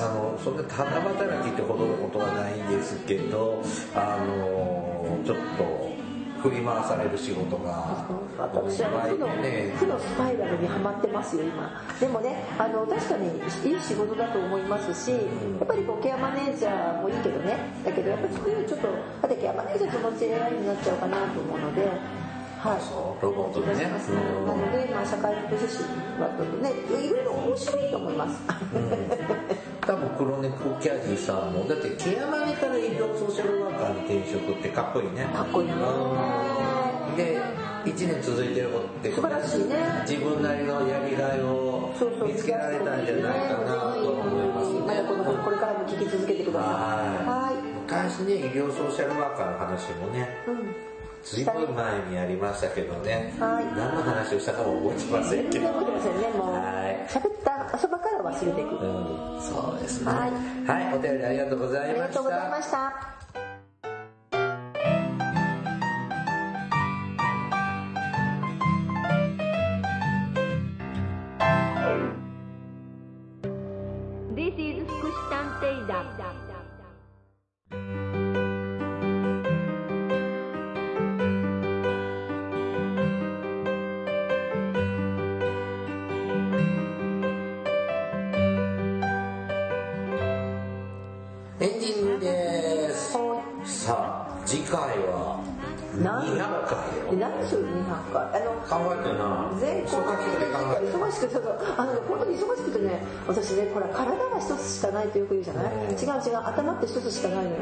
S1: あのそんな七働きってほどのことはないんですけどあのちょっと振り回される仕事が
S2: 私は負の
S1: ね
S2: 負のスパイラルにはまってますよ今でもねあの確かにいい仕事だと思いますしやっぱりこうケアマネージャーもいいけどねだけどやっぱりそういうちょっとあとケアマネージャーそのうち AI になっちゃうかなと思うのではい
S1: そうロボットでね
S2: なので、まあ、社会福祉士はちょっとねいろいろ面白いと思います、
S1: 多分黒猫キャディさんもだってケアマネから医療ソーシャルワーカーに転職ってかっこいいね
S2: かっこいいね
S1: うんで1年続いてることって
S2: 素晴らしいね
S1: 自分なりのやりがいを
S2: そうそう
S1: 見つけられたんじゃないかなと思いますね
S2: まだこのこれからも聞き続けてください
S1: はい
S2: はい
S1: 昔ね医療ソーシャルワーカーの話もね
S2: うん
S1: ずいぶん前にやりましたけどね、
S2: はい
S1: 何の話をしたかも覚えてませんけ
S2: 全
S1: ど
S2: 然覚えてませんねもう
S1: はい
S2: 喋ったそばから忘れていく、
S1: うんそうですね
S2: はい
S1: はいお便りありがとうござ
S2: あ
S1: い
S2: りが
S1: まし
S2: とうござい
S1: た
S2: ました
S5: 福祉探偵団
S1: エンディングですさあ次回は
S2: なん
S1: 200回
S2: で
S1: よ
S2: 何する200回あの
S1: 考えてるな
S2: 全
S1: 忙
S2: 国
S1: しくて考えてる
S2: 忙しくてそうそうあのね本当に忙しくてね私ねほら体が一つしかないってよく言うじゃない、
S1: うん
S2: 違う違う頭って一つしかないのよ、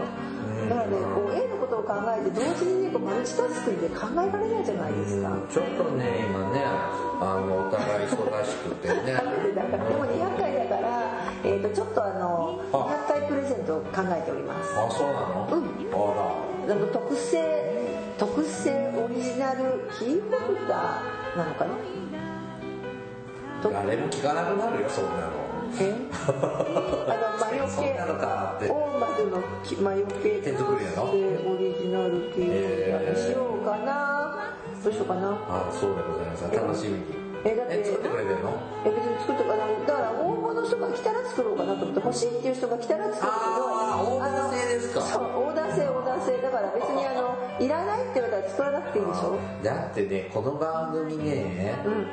S2: だからねこう A のことを考えて同時にねこうマルチタスクにね考えられないじゃないですか、
S1: ちょっとね今ねあのお互い忙しくて ね
S2: だからでも200回だから、えー、とちょっとあの
S1: あ
S2: 200回プレゼントを考えております
S1: あそうなの、
S2: うん
S1: あら
S2: あの特製特製オリジナルキーホルダーなのかなと
S1: 誰も聞かなくなるよそんなの
S2: えあの魔除
S1: そうなのかって
S2: け大魔女のき魔除け
S1: 手作りなの
S2: 特製オリジナルキーホルダーにしようかな、どうしようかな
S1: あそうでございます楽しみに
S2: えだって
S1: え作ってくれてるの
S2: え別に作ったかなだから応募の人が来たら作ろうかなと思って欲しいっていう人が来たら作るけど
S1: あーオーダー制ですか
S2: あのそうオーダー制オーダー制だから別にあのいらないって言われたら作らなくていいでしょ
S1: だってねこの番組ね、
S2: うん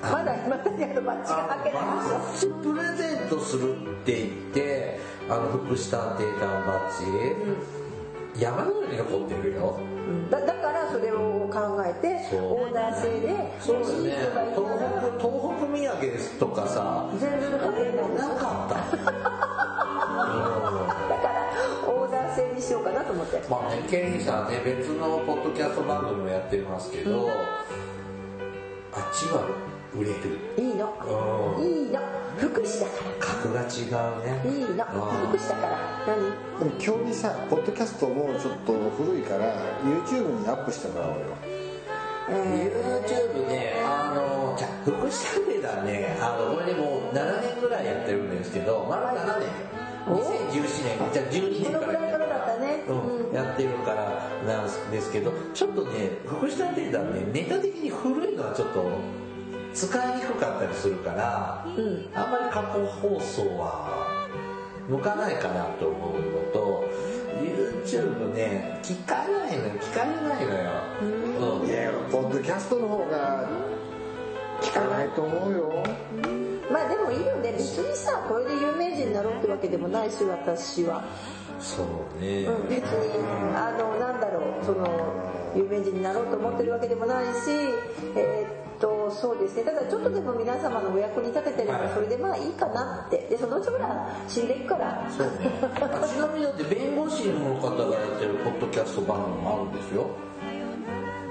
S2: まだまだやるバッチが
S1: あ
S2: 開け
S1: の
S2: ない
S1: バ
S2: でしょ
S1: ッジプレゼントするって言ってあの福祉探偵団バッジ、山のように残ってるよ
S2: うんだだからそれを考えて
S1: そう
S2: オーダー制で欲しい人がいた
S1: 東
S2: ら
S1: 北東北土産ですとかさ
S2: 全然食べれない
S1: なんかまあね、ケリーさんね、別のポッドキャスト番組もやってますけど、あっちは売れてる。
S2: いいの
S1: うん
S2: いいの福祉だか
S1: 格が違う
S2: らい
S1: ね。
S2: い
S1: うん
S2: の福祉だから何
S3: でも競技さポッドキャストもちょっと古いから YouTube にアップしてもらおうよ
S1: YouTube ね、あの、じゃあ福祉探偵団ね、あの、これでもう7年ぐらいやってるんですけど、まだ7年。
S2: お
S1: 2017年、じゃあ12年からやってる
S2: このくらいからだったね
S1: う
S2: うん
S1: ん、やってるからなんですけど、ちょっとね、福祉探偵団ね、ネタ的に古いのはちょっと使いにくかったりするから、
S2: うん
S1: あんまり過去放送は向かないかなと思うのと YouTube ね聞かないのよ聞かれないのよ、うん
S3: いやポッドキャストの方が聞かないと思うよ
S2: まあでもいいよね別にさこれで有名人になろうってわけでもないし私は
S1: そうね、
S2: うん別にあのなんだろうその有名人になろうと思ってるわけでもないしえーっとそうですねただちょっとでも皆様のお役に立ててればそれでまあいいかなってでそのうちほら死んでいくから
S1: そうね あちなみにだって弁護士の方がやってるポッドキャスト番組もあるんですよ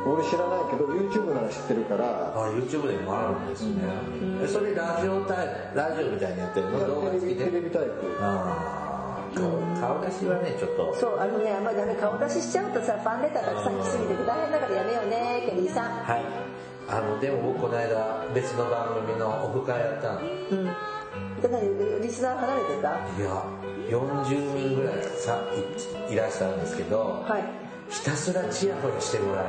S3: 俺知らないけど YouTube なら知ってるから
S1: あ YouTube でもあるんですね、えそれラジオタイラジオみたいにやってるの動画
S3: テレ
S1: 付
S3: ビ
S1: き
S3: テレ
S1: で
S3: ビタイプ
S1: ああ顔出しはねちょっと
S2: そうあのねあんまりダメ顔出ししちゃうとさファンレターたくさん来すぎて大変だからやめようねケリーさん
S1: はいあのでも僕この間別の番組のオフ会やったの
S2: うんだからリスナー離れてた
S1: いや40人ぐらいさいいらっしゃるんですけど、
S2: はい
S1: ひたすらチヤホヤしてもらえ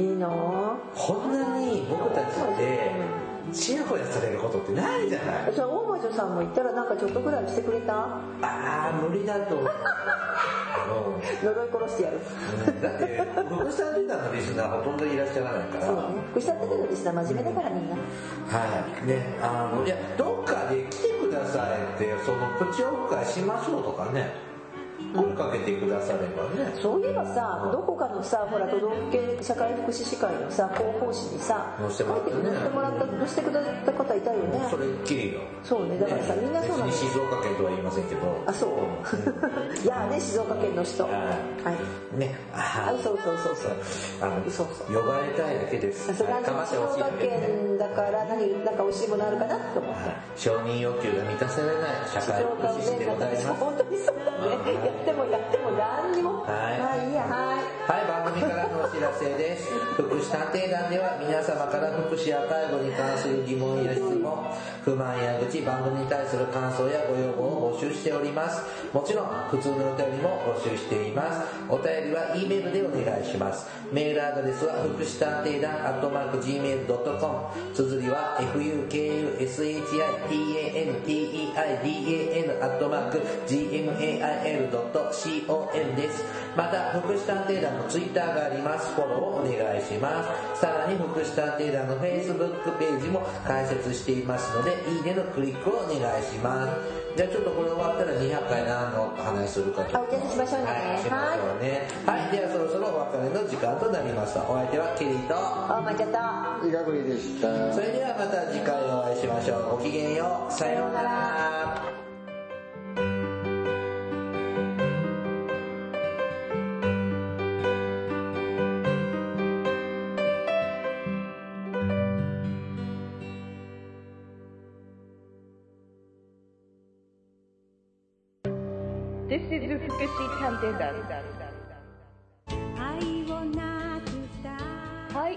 S1: るのよ
S2: いいの
S1: こんなに僕たちってチヤホヤされることってないじゃない
S2: じゃあ大魔女さんも行ったらなんかちょっとぐらいしてくれた
S1: ああ無理だと思う、
S2: 呪い殺してやる
S1: うん、だって福祉探偵団のリスナーほとんどいらっしゃらないから
S2: そうね福祉探偵団のリスナー真面目だからみんな
S1: はいねあのいやどっかで来てくださいってそのプチオフ会しましょうとかね声かけてくださればね
S2: そういえばさどこかのさほら都道府県社会福祉士会のさ広報誌にさ
S1: 載せて
S2: 書
S1: もらっ
S2: い
S1: た
S2: て
S1: ね
S2: 載せてもらった載せてくれた方いたよね
S1: それっきりよ
S2: そうねだからさみんなそうなんだ
S1: 別に静岡県とは言いませんけど
S2: あそう いやーね静岡県の人
S1: はい
S2: はい
S1: ねあ
S2: あそうそうそうそう
S1: あの
S2: そうそう
S1: 呼ばれたいだけです
S2: それは
S1: はい
S2: ね
S1: 頑張って
S2: 静
S1: ほしい
S2: 岡
S1: だけね
S2: 県だから何なんか美味しいものあるかなと思って
S1: はい承認要求が満たされない社
S2: 静
S1: 会福
S2: 岡
S1: 祉士で
S2: 弁
S1: ござ
S2: だ
S1: います
S2: と
S1: は
S2: 本当にそうだねやってもやっても何にも
S1: はい
S2: まあいいやはい
S1: い番組からのお知らせです福祉探偵団では皆様から福祉や介護に関する疑問や質問不満や愚痴番組に対する感想やご要望を募集しておりますもちろん普通のお便りも募集していますお便りは E メールでお願いしますメールアドレスは福祉探偵団アットマーク Gmail.com 綴りは fukushitanteidan アットマーク gmail.com ですまた福祉探偵団のツイッターがありますフォローをお願いしますさらに福祉探偵団の Facebook ページも開設していますのでいいねのクリックをお願いしますじゃあちょっとこれ終わったら200回何の話するかと
S2: あお手伝いしましょうね
S1: はいしましょうねはい、ではそろそろお別れの時間となりましたお相手はケリーと
S2: おまちゃった
S3: 伊賀栗でした
S1: それではまた次回お会いしましょうごきげんようさようなら
S5: Hi